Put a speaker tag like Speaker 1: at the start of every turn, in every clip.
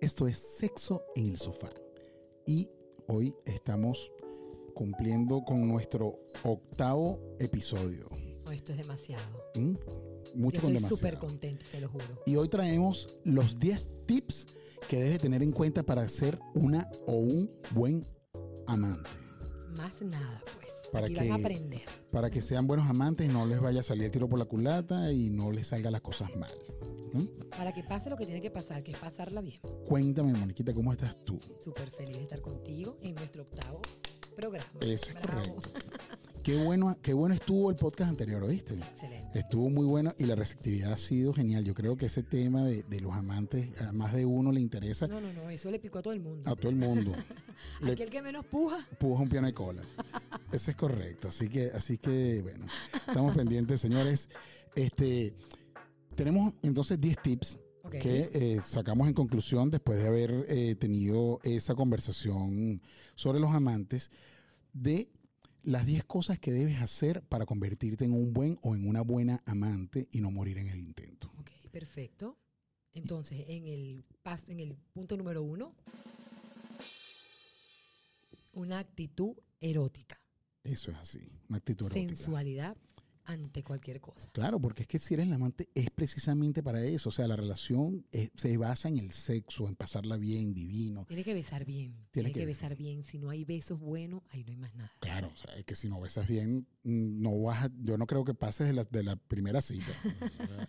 Speaker 1: Esto es Sexo en el Sofá. Y hoy estamos cumpliendo con nuestro octavo episodio.
Speaker 2: Esto es demasiado.
Speaker 1: ¿Mm? Mucho
Speaker 2: Yo
Speaker 1: con
Speaker 2: estoy
Speaker 1: demasiado.
Speaker 2: súper contenta, te lo juro.
Speaker 1: Y hoy traemos los 10 tips que debes tener en cuenta para ser una o un buen amante.
Speaker 2: Más nada, pues.
Speaker 1: Para
Speaker 2: Aquí
Speaker 1: que-
Speaker 2: van a aprender.
Speaker 1: Para que sean buenos amantes, no les vaya a salir el tiro por la culata y no les salgan las cosas mal. ¿Mm?
Speaker 2: Para que pase lo que tiene que pasar, que es pasarla bien.
Speaker 1: Cuéntame, Moniquita, ¿cómo estás tú?
Speaker 2: Súper feliz de estar contigo en nuestro octavo programa.
Speaker 1: Eso es
Speaker 2: Bravo.
Speaker 1: correcto. Qué bueno, qué bueno estuvo el podcast anterior, ¿oíste?
Speaker 2: Excelente.
Speaker 1: Estuvo muy bueno y la receptividad ha sido genial. Yo creo que ese tema de, de los amantes a más de uno le interesa
Speaker 2: No, no, no, eso le picó a todo el mundo.
Speaker 1: a todo el mundo. Ah, Le-
Speaker 2: Aquel que menos puja,
Speaker 1: puja un piano de cola. Eso es correcto. Así que, así que, bueno, estamos pendientes, señores. Este, tenemos entonces 10 tips
Speaker 2: Ok.
Speaker 1: que eh, sacamos en conclusión después de haber eh, tenido esa conversación sobre los amantes de las 10 cosas que debes hacer para convertirte en un buen o en una buena amante y no morir en el intento.
Speaker 2: Ok, perfecto. Entonces, en el, pas- en el punto número uno, una actitud erótica,
Speaker 1: Eso es así, una actitud erótica.
Speaker 2: sensualidad ante cualquier cosa.
Speaker 1: Claro, porque es que si eres la amante es precisamente para eso. O sea, la relación eh, se basa en el sexo, en pasarla bien, divino.
Speaker 2: Tiene que besar bien, tiene,
Speaker 1: que
Speaker 2: que, besar bien. Si no hay besos buenos, ahí no hay más nada.
Speaker 1: Claro, o sea, es que si no besas bien, mm, no vas a- yo no creo que pases de la, de la primera cita. O sea,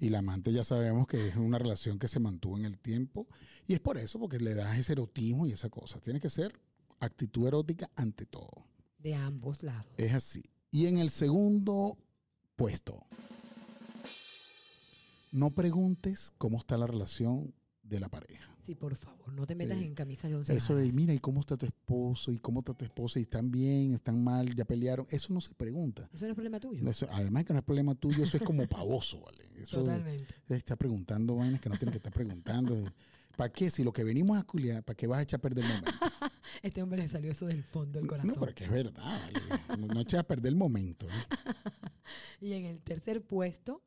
Speaker 1: y la amante ya sabemos que es una relación que se mantuvo en el tiempo. Y es por eso, porque le das ese erotismo y esa cosa. Tiene que ser actitud erótica ante todo.
Speaker 2: De ambos lados.
Speaker 1: Es así. Y en el segundo puesto, no preguntes cómo está la relación de la pareja.
Speaker 2: Sí, por favor, no te metas
Speaker 1: Sí.
Speaker 2: en camisas de once
Speaker 1: eh, Eso de,
Speaker 2: varas.
Speaker 1: mira, ¿y cómo está tu esposo? ¿Y cómo está tu esposa? ¿Y están bien? ¿Están mal? ¿Ya pelearon? Eso no se pregunta.
Speaker 2: Eso no es problema tuyo.
Speaker 1: Eso- además que no es problema tuyo, eso es como pavoso, ¿vale? Eso
Speaker 2: Totalmente.
Speaker 1: está preguntando vainas que no tienes que estar preguntando. ¿Para qué? Si lo que venimos a culiar, ¿para qué vas a echar a perder el momento?
Speaker 2: Este hombre le salió eso del fondo del corazón.
Speaker 1: No, porque es verdad, ¿vale? No, no echas a perder el momento. ¿eh?
Speaker 2: Y en el tercer puesto,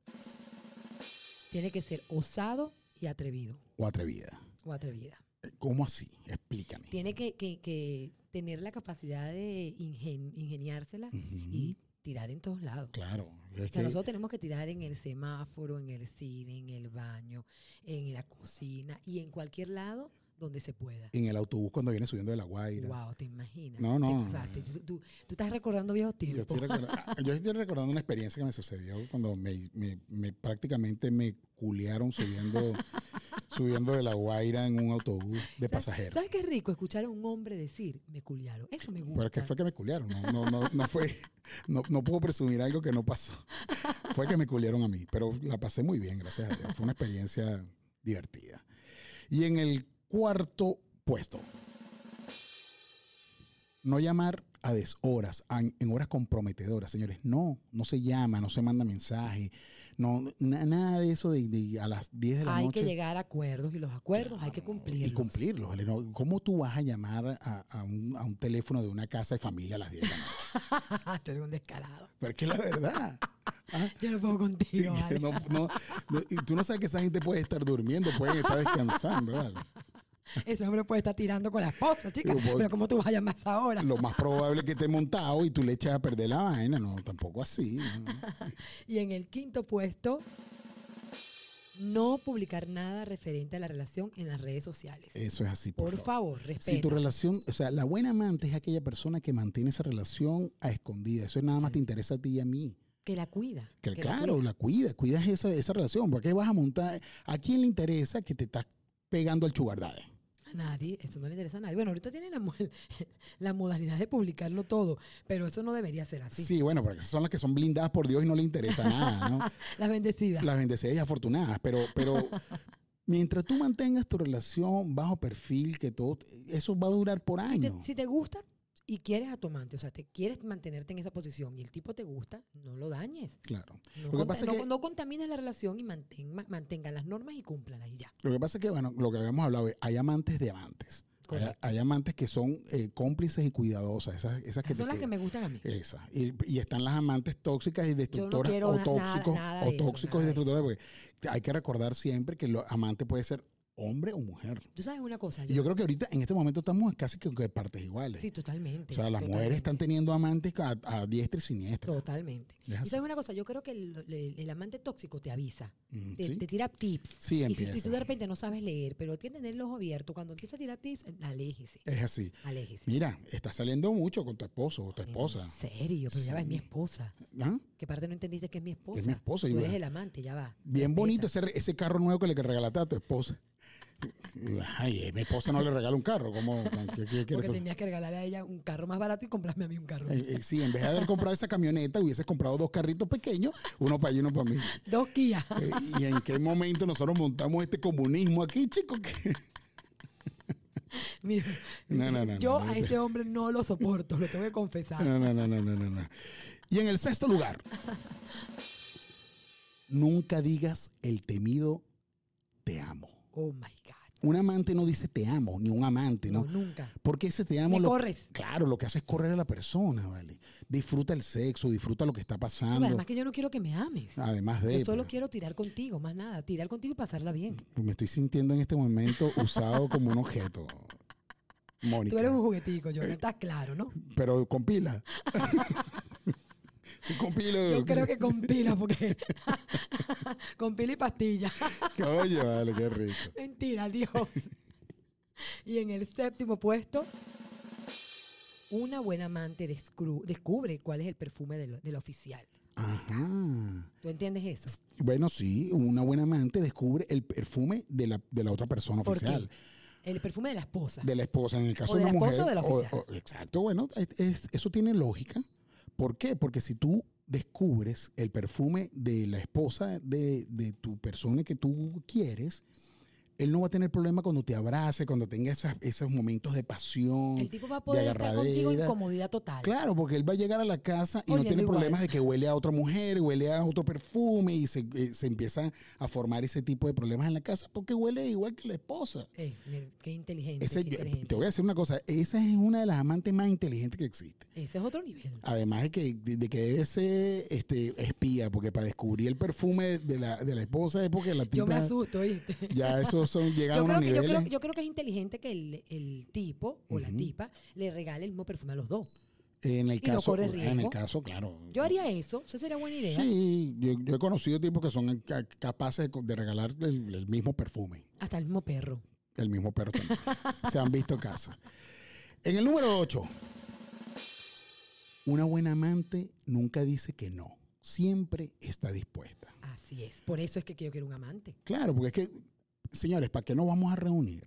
Speaker 2: tiene que ser osado y atrevido
Speaker 1: O atrevida.
Speaker 2: o atrevida.
Speaker 1: ¿Cómo así? Explícame.
Speaker 2: Tiene que, que- que tener la capacidad de ingen- ingeniársela y tirar en todos lados.
Speaker 1: Claro. es
Speaker 2: O sea,
Speaker 1: que-
Speaker 2: nosotros tenemos que tirar en el semáforo, en el cine, en el baño, en la cocina y en cualquier lado donde se pueda.
Speaker 1: en el autobús cuando viene subiendo de La Guaira.
Speaker 2: Wow, te imaginas.
Speaker 1: No, no.
Speaker 2: Te pasaste. Tú, tú- tú estás recordando viejos
Speaker 1: Yo
Speaker 2: tiempos.
Speaker 1: estoy, recordando, ah, yo estoy recordando una experiencia que me sucedió cuando me, me- me- prácticamente me culearon subiendo, subiendo de La Guaira en un autobús de pasajeros.
Speaker 2: ¿Sabes qué rico escuchar a un hombre decir, me culiaron? Eso me gusta.
Speaker 1: Pero que fue que me culearon, no, no, no, no fue, no, no puedo presumir algo que no pasó. Fue que me culearon a mí, pero la pasé muy bien, gracias a Dios. Fue una experiencia divertida. Y en el cuarto puesto, no llamar a deshoras, a- en horas comprometedoras, señores. No, no se llama, no se manda mensaje, no, na- nada de eso de, de a las 10 de la
Speaker 2: hay
Speaker 1: noche.
Speaker 2: que llegar a acuerdos y los acuerdos hay que cumplirlos.
Speaker 1: Y cumplirlos. ¿vale? No, ¿Cómo tú vas a llamar a, a un, a un teléfono de una casa de familia a las 10 de la noche?
Speaker 2: Ah, Tú eres un descarado.
Speaker 1: Porque es la verdad. Ah,
Speaker 2: Yo no puedo contigo, vale.
Speaker 1: no- no- no, y tú no sabes que esa gente puede estar durmiendo, pueden estar descansando, ¿vale?
Speaker 2: Ese hombre puede estar tirando con la esposa, chica.
Speaker 1: Lo puedo-
Speaker 2: Pero ¿cómo tú vas a llamar a esa hora?
Speaker 1: Lo más probable es que esté montado y tú le echas a perder la vaina, no, tampoco así. ¿no?
Speaker 2: Y en el quinto puesto, no publicar nada referente a la relación en las redes sociales.
Speaker 1: Eso es así, Eh, por,
Speaker 2: Por
Speaker 1: favor.
Speaker 2: favor,
Speaker 1: Si tu
Speaker 2: respeta.
Speaker 1: relación, o sea, la buena amante es aquella persona que mantiene esa relación a escondida. Eso nada más te interesa a ti y a mí.
Speaker 2: que la cuida.
Speaker 1: Que,
Speaker 2: que la
Speaker 1: claro, la cuida, cuidas esa, esa relación. ¿Por qué vas a montar? ¿A quién le interesa que te estás pegando al sugar daddy?
Speaker 2: A nadie, eso no le interesa a nadie. Bueno, ahorita tienen la, mo- la modalidad de publicarlo todo, pero eso no debería ser así.
Speaker 1: Sí. bueno, porque esas son las que son blindadas por Dios y no le interesa nada, ¿no?
Speaker 2: Las bendecidas.
Speaker 1: las bendecidas y afortunadas, pero, pero mientras tú mantengas tu relación bajo perfil, que todo, eso va a durar por
Speaker 2: Si te,
Speaker 1: años.
Speaker 2: si te gusta y quieres a tu amante, o sea, te quieres mantenerte en esa posición y el tipo te gusta, no lo dañes.
Speaker 1: Claro.
Speaker 2: No,
Speaker 1: Lo que
Speaker 2: conta-
Speaker 1: pasa es
Speaker 2: no-
Speaker 1: que-
Speaker 2: no contamines la relación y mantén, ma- mantengan las normas y cúmplalas y ya.
Speaker 1: Lo que pasa es que, bueno, lo que habíamos hablado es, hay amantes de amantes. Hay,
Speaker 2: Correcto.
Speaker 1: hay amantes que son eh, cómplices y cuidadosas, esas, esas que
Speaker 2: Esas
Speaker 1: te
Speaker 2: son las que
Speaker 1: quedan. Eh,
Speaker 2: me gustan a mí.
Speaker 1: Esas. Y, y están las amantes tóxicas y destructoras
Speaker 2: quiero
Speaker 1: o
Speaker 2: na- nada-
Speaker 1: tóxicos,
Speaker 2: nada de
Speaker 1: o
Speaker 2: eso,
Speaker 1: tóxicos y
Speaker 2: nada de
Speaker 1: destructoras, porque hay que recordar siempre que el amante puede ser hombre o mujer.
Speaker 2: Tú sabes una cosa.
Speaker 1: Y yo creo que ahorita, en este momento, estamos casi que que partes iguales.
Speaker 2: Sí, totalmente.
Speaker 1: o sea, las mujeres están teniendo amantes a, a diestra y siniestra.
Speaker 2: Totalmente.
Speaker 1: Es
Speaker 2: Y
Speaker 1: así.
Speaker 2: sabes una cosa, yo creo que el, el- el amante tóxico te avisa,
Speaker 1: Mm,
Speaker 2: te,
Speaker 1: sí.
Speaker 2: te tira tips.
Speaker 1: Sí,
Speaker 2: y si tú-
Speaker 1: empieza.
Speaker 2: y tú de repente no sabes leer, pero tienes el ojo abierto, cuando empieza a tirar tips, aléjese,
Speaker 1: Es así.
Speaker 2: aléjese.
Speaker 1: Eh, Mira, estás saliendo mucho con tu esposo o tu esposa.
Speaker 2: En serio, pero ya va, es mi
Speaker 1: Sí.
Speaker 2: esposa.
Speaker 1: ¿Ah,
Speaker 2: Que parte no entendiste que es mi esposa.
Speaker 1: Es mi esposa. y
Speaker 2: Tú
Speaker 1: bueno,
Speaker 2: eres el amante, ya va.
Speaker 1: Bien bonito
Speaker 2: Respeta.
Speaker 1: ese, ese carro nuevo que le regalaste a tu esposa. Ay, eh, mi esposa no le regala un carro. ¿Cómo? ¿Qué- qué- qué quieres
Speaker 2: Porque
Speaker 1: tú?
Speaker 2: tenías que regalarle a ella un carro más barato y comprarme a mí un carro.
Speaker 1: Eh, eh, sí, en vez de haber comprado esa camioneta, hubieses comprado dos carritos pequeños, uno para ella y uno para mí.
Speaker 2: Dos Kia.
Speaker 1: Eh, ¿Y en qué momento nosotros montamos este comunismo aquí, chicos? Que-
Speaker 2: Mira,
Speaker 1: No, no, no,
Speaker 2: yo
Speaker 1: no, no.
Speaker 2: a este hombre no lo soporto, lo tengo que confesar.
Speaker 1: No, no, no, no, no, no, no. Y en el sexto lugar, nunca digas el temido te amo.
Speaker 2: Oh my God.
Speaker 1: Un amante no dice te amo, ni un amante,
Speaker 2: No,
Speaker 1: ¿no?
Speaker 2: nunca.
Speaker 1: Porque ese te amo
Speaker 2: Me
Speaker 1: lo-
Speaker 2: corres.
Speaker 1: Claro, lo que hace es correr a la persona, ¿vale? Disfruta el sexo, disfruta lo que está
Speaker 2: No,
Speaker 1: pasando.
Speaker 2: además que yo no quiero que me ames.
Speaker 1: Además de...
Speaker 2: Yo solo
Speaker 1: pues,
Speaker 2: quiero tirar contigo, más nada. Tirar contigo y pasarla bien.
Speaker 1: Me estoy sintiendo en este momento usado como un objeto, Mónica.
Speaker 2: Tú eres un juguetico, yo no estás claro, ¿no?
Speaker 1: Pero con pila. sí, con pila.
Speaker 2: Yo creo que con pila, porque con pila y pastilla.
Speaker 1: Oye, vale, qué rico.
Speaker 2: Mentira, Dios. Y en el séptimo puesto, una buena amante descru- descubre cuál es el perfume del del oficial.
Speaker 1: Ajá.
Speaker 2: ¿Tú entiendes eso?
Speaker 1: Bueno, sí, una buena amante descubre el perfume de la, de la otra persona
Speaker 2: ¿Por qué?
Speaker 1: oficial.
Speaker 2: El perfume de la esposa.
Speaker 1: De la esposa, en el caso
Speaker 2: O
Speaker 1: de,
Speaker 2: de
Speaker 1: una
Speaker 2: la
Speaker 1: mujer.
Speaker 2: esposa o de la oficial.
Speaker 1: exacto, bueno, es- es- eso tiene lógica. ¿Por qué? Porque si tú descubres el perfume de la esposa de, de tu persona que tú quieres, él no va a tener problema cuando te abrace, cuando tenga esas- esos momentos de pasión.
Speaker 2: el tipo va a poder estar contigo en
Speaker 1: agarradera.
Speaker 2: comodidad total.
Speaker 1: Claro, porque él va a llegar a la casa y no
Speaker 2: Oliendo
Speaker 1: tiene
Speaker 2: igual.
Speaker 1: problemas de que huele a otra mujer, huele a otro perfume y se, eh, se empieza a formar ese tipo de problemas en la casa porque huele igual que la esposa.
Speaker 2: Eh, mira, qué inteligente.
Speaker 1: Ese-
Speaker 2: qué
Speaker 1: eh,
Speaker 2: inteligente.
Speaker 1: te voy a decir una cosa, esa es una de las amantes más inteligentes que existe.
Speaker 2: Ese es otro nivel.
Speaker 1: Además de que, de, de que debe ser este, espía, porque para descubrir el perfume de la, de la esposa es porque la
Speaker 2: Yo me
Speaker 1: tipa...
Speaker 2: asusto, ¿viste?
Speaker 1: ya esos son, llegan a
Speaker 2: Yo creo,
Speaker 1: unos
Speaker 2: que, yo,
Speaker 1: niveles...
Speaker 2: creo, yo creo que es inteligente que el, el tipo o la
Speaker 1: Ujú.
Speaker 2: tipa le regale el mismo perfume a los dos.
Speaker 1: en el
Speaker 2: y no
Speaker 1: caso,
Speaker 2: corre
Speaker 1: En el
Speaker 2: riesgo.
Speaker 1: caso, claro.
Speaker 2: Yo haría eso, eso sería buena idea.
Speaker 1: Sí, yo, yo he conocido tipos que son ca- capaces de, co- de regalar el, el mismo perfume,
Speaker 2: Hasta el mismo perro.
Speaker 1: el mismo perro también. Se han visto casos. En el número 8, una buena amante nunca dice que no, siempre está dispuesta.
Speaker 2: Así es. Por eso es que yo quiero un amante.
Speaker 1: Claro, porque es que, señores, ¿para qué nos vamos a reunir?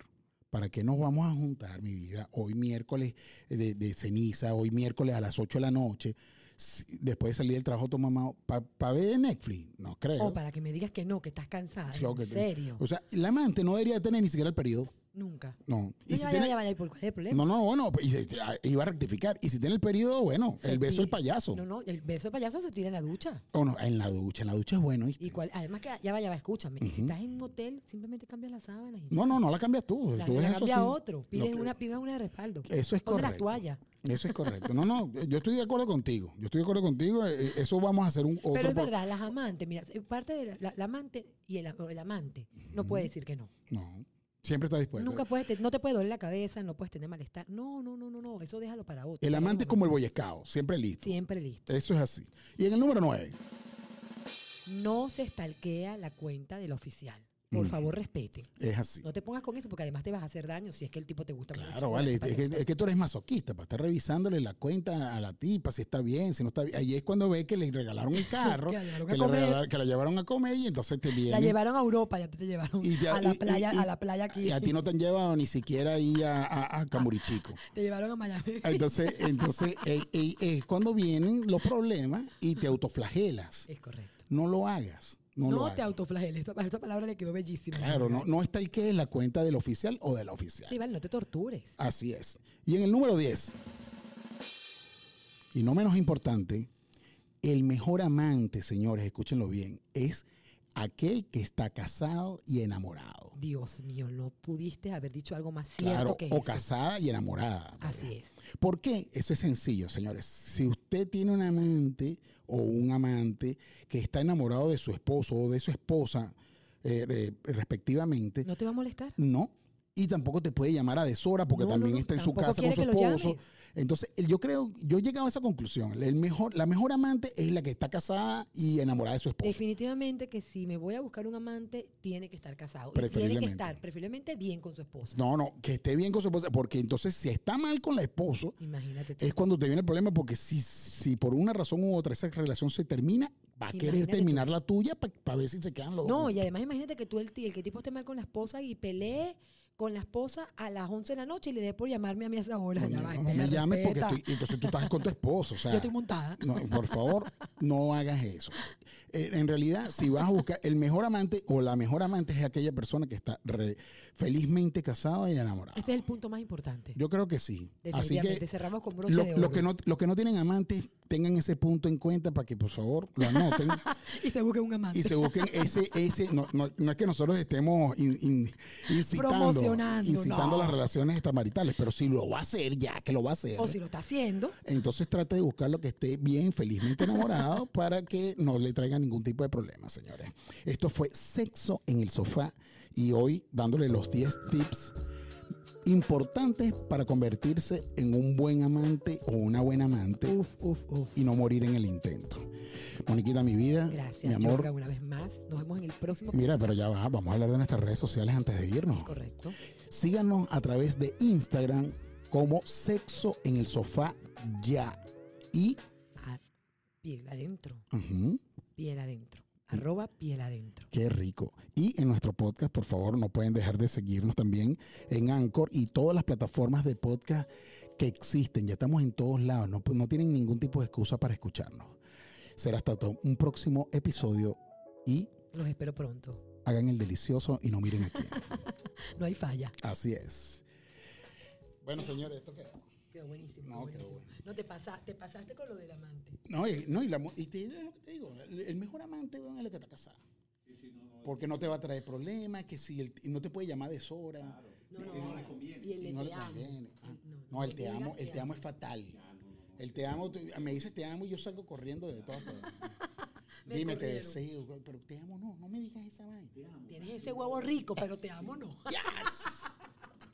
Speaker 1: ¿Para qué nos vamos a juntar, mi vida? Hoy miércoles eh, de, de ceniza, hoy miércoles a las 8 de la noche, si- después de salir del trabajo, tomamos para ver Netflix, no creo.
Speaker 2: O para que me digas que no, que estás cansada.
Speaker 1: Sí, o
Speaker 2: en
Speaker 1: que te-
Speaker 2: serio.
Speaker 1: O sea, la amante no debería tener ni siquiera el periodo.
Speaker 2: Nunca.
Speaker 1: No. Y si
Speaker 2: No, ya,
Speaker 1: tiene-
Speaker 2: ya, ya, ya, ¿por cuál es el problema?
Speaker 1: no, no, bueno, y se- ah, iba a rectificar. Y si tiene el periodo, bueno,
Speaker 2: Se
Speaker 1: el beso
Speaker 2: tira.
Speaker 1: del payaso.
Speaker 2: No, no, el beso de payaso se tira en la ducha.
Speaker 1: O no, en la ducha, en la ducha es bueno. ¿viste?
Speaker 2: Y cuál, además que, ya va, ya va, escúchame. y Si
Speaker 1: Ujú.
Speaker 2: estás en un hotel, simplemente cambias las sábanas. Y
Speaker 1: No, no, no la cambias tú.
Speaker 2: La,
Speaker 1: tú
Speaker 2: la
Speaker 1: ves eso
Speaker 2: cambia
Speaker 1: así.
Speaker 2: otro. Pides
Speaker 1: que-
Speaker 2: una, pides una de respaldo.
Speaker 1: Eso es
Speaker 2: Ponte la
Speaker 1: correcto.
Speaker 2: toalla.
Speaker 1: Eso es correcto. No, no, yo estoy de acuerdo contigo. Yo estoy de acuerdo contigo. eh, Eso vamos a hacer un otro
Speaker 2: Pero es
Speaker 1: po-
Speaker 2: verdad, las amantes, mira, eh, parte de la, la- la amante y el, am- o el amante no puede decir que no.
Speaker 1: No. Siempre está dispuesto.
Speaker 2: Nunca puedes, te- no te puede doler la cabeza, no puedes tener malestar. No, no, no, no, no, eso déjalo para otro.
Speaker 1: El amante es
Speaker 2: No, no,
Speaker 1: como el boyescao, siempre
Speaker 2: no.
Speaker 1: listo.
Speaker 2: Siempre listo.
Speaker 1: Eso es así. Y en el número 9.
Speaker 2: No se estalquea la cuenta del oficial. Por
Speaker 1: Mm.
Speaker 2: favor, respeten.
Speaker 1: Es así.
Speaker 2: No te pongas con eso porque además te vas a hacer daño si es que el tipo te gusta mucho.
Speaker 1: Claro,
Speaker 2: o
Speaker 1: vale.
Speaker 2: la
Speaker 1: Es
Speaker 2: tipa
Speaker 1: que,
Speaker 2: te
Speaker 1: es que tú eres masoquista, para estar revisándole la cuenta a la tipa, si está bien, si no está bien. Ahí es cuando ve que le regalaron el carro,
Speaker 2: gusta.
Speaker 1: que,
Speaker 2: Ya, llevaron a
Speaker 1: le
Speaker 2: comer,
Speaker 1: regalaron- que la llevaron a comer y entonces te viene.
Speaker 2: La llevaron a Europa, ya te, te llevaron
Speaker 1: Y ya-
Speaker 2: a la
Speaker 1: y- y-
Speaker 2: playa,
Speaker 1: y-
Speaker 2: a la playa aquí.
Speaker 1: Y a ti no te han llevado ni siquiera ahí a, a, a Camurichico.
Speaker 2: Te llevaron a Miami.
Speaker 1: Entonces, entonces eh, eh, es cuando vienen los problemas y te autoflagelas.
Speaker 2: Es correcto.
Speaker 1: No lo hagas. No,
Speaker 2: No,
Speaker 1: lo
Speaker 2: te
Speaker 1: hagas.
Speaker 2: autoflageles. Esa, esa palabra le quedó bellísima.
Speaker 1: Claro, no, no está el que es la cuenta del oficial o de la oficial.
Speaker 2: Sí, vale, no te tortures.
Speaker 1: Así es. Y en el número 10, y no menos importante, el mejor amante, señores, escúchenlo bien, es aquel que está casado y enamorado.
Speaker 2: Dios mío, no pudiste haber dicho algo más
Speaker 1: Claro,
Speaker 2: cierto que
Speaker 1: o
Speaker 2: eso.
Speaker 1: casada y enamorada.
Speaker 2: Así es.
Speaker 1: ¿Por qué? Eso es sencillo, señores. Si usted tiene un amante o un amante que está enamorado de su esposo o de su esposa, eh, eh, respectivamente,
Speaker 2: ¿No te va a molestar?
Speaker 1: no. Y tampoco te puede llamar a deshora porque
Speaker 2: No, no,
Speaker 1: también
Speaker 2: no,
Speaker 1: está en su
Speaker 2: tampoco
Speaker 1: casa con
Speaker 2: quiere
Speaker 1: su
Speaker 2: que lo llames.
Speaker 1: esposo. Entonces, el- yo creo, yo he llegado a esa conclusión. El mejor, la mejor amante es la que está casada y enamorada de su esposo.
Speaker 2: Definitivamente que si me voy a buscar un amante, tiene que estar casado. Y tiene que
Speaker 1: Preferiblemente.
Speaker 2: estar preferiblemente bien con su esposa.
Speaker 1: No, no, que esté bien con su esposa, porque entonces si está mal con la esposa,
Speaker 2: Imagínate. tú.
Speaker 1: es cuando te viene el problema, porque si, si por una razón u otra esa relación se termina, va a querer
Speaker 2: Imagínate
Speaker 1: terminar la tuya para ver si se quedan los
Speaker 2: No,
Speaker 1: dos.
Speaker 2: y además imagínate que tú el, ti- el que tipo esté mal con la esposa y pelee con la esposa a las 11 de la noche y le dé por llamarme a mí a esa hora.
Speaker 1: Coño,
Speaker 2: Ya va,
Speaker 1: no me
Speaker 2: espera,
Speaker 1: llames porque
Speaker 2: respeta.
Speaker 1: estoy- entonces tú estás con tu esposo. O sea,
Speaker 2: Yo estoy montada.
Speaker 1: No, por favor, no hagas eso. Eh, En realidad, si vas a buscar el mejor amante o la mejor amante es aquella persona que está re- felizmente casada y enamorada.
Speaker 2: Ese es el punto más importante.
Speaker 1: Yo creo que sí. Así
Speaker 2: Definitivamente.
Speaker 1: que
Speaker 2: Cerramos con broche
Speaker 1: lo-
Speaker 2: de
Speaker 1: los
Speaker 2: oro.
Speaker 1: que no, los que no tienen amantes tengan ese punto en cuenta para que por favor lo anoten
Speaker 2: Y se busque un amante.
Speaker 1: y se busquen ese ese no, no- no es que nosotros estemos in- in- incitando
Speaker 2: Promocionando,
Speaker 1: incitando
Speaker 2: no.
Speaker 1: las relaciones extramaritales, pero si lo va a hacer ya que lo va a hacer.
Speaker 2: O si lo está haciendo.
Speaker 1: Entonces trate de buscar lo que esté bien, felizmente enamorado, para que no le traiga ningún tipo de problema, señores. Esto fue Sexo en el Sofá y hoy dándole los 10 tips importantes para convertirse en un buen amante o una buena amante
Speaker 2: Uf, uf, uf.
Speaker 1: y no morir en el intento. Moniquita, mi vida,
Speaker 2: Gracias,
Speaker 1: mi amor.
Speaker 2: Yorga, una vez más. Nos vemos en el próximo.
Speaker 1: Mira, pero ya va, vamos a hablar de nuestras redes sociales antes de irnos.
Speaker 2: Correcto.
Speaker 1: Síganos a través de Instagram como Sexo en el Sofá ya. Y...
Speaker 2: Ah, piel adentro.
Speaker 1: ujú,
Speaker 2: Piel adentro. Arroba piel adentro.
Speaker 1: Qué rico. Y en nuestro podcast, por favor, no pueden dejar de seguirnos también en Anchor y todas las plataformas de podcast que existen. Ya estamos en todos lados. No, no tienen ningún tipo de excusa para escucharnos. Será hasta to- un próximo episodio y
Speaker 2: Los espero pronto.
Speaker 1: hagan el delicioso y no miren aquí.
Speaker 2: No hay falla.
Speaker 1: Así es. Bueno, señores, esto quedó.
Speaker 2: Quedó buenísimo.
Speaker 1: No, quedó
Speaker 2: buenísimo. No, te, pasa- te pasaste con lo del amante.
Speaker 1: No, y, no, y, la mu- y te diré lo que te digo, el, el mejor amante weón, es el que está casado. Porque no te va a traer problemas, que si el- no te puede llamar a deshora.
Speaker 2: No,
Speaker 1: Eh,
Speaker 2: no,
Speaker 1: eh,
Speaker 2: Y el
Speaker 1: Y
Speaker 2: de
Speaker 1: no
Speaker 2: te
Speaker 1: le
Speaker 2: amo.
Speaker 1: conviene. Ah,
Speaker 2: No,
Speaker 1: No,
Speaker 2: no
Speaker 1: el te
Speaker 2: digas
Speaker 1: amo,
Speaker 2: te
Speaker 1: el te
Speaker 2: amo.
Speaker 1: amo es fatal. El te amo, tú- me dices te amo y yo salgo corriendo de todas partes.
Speaker 2: Me
Speaker 1: Dime, te
Speaker 2: corrieron.
Speaker 1: deseo, güey, pero te amo no, no me digas esa vaina.
Speaker 2: Tienes ese huevo rico, pero te amo no.
Speaker 1: Yes.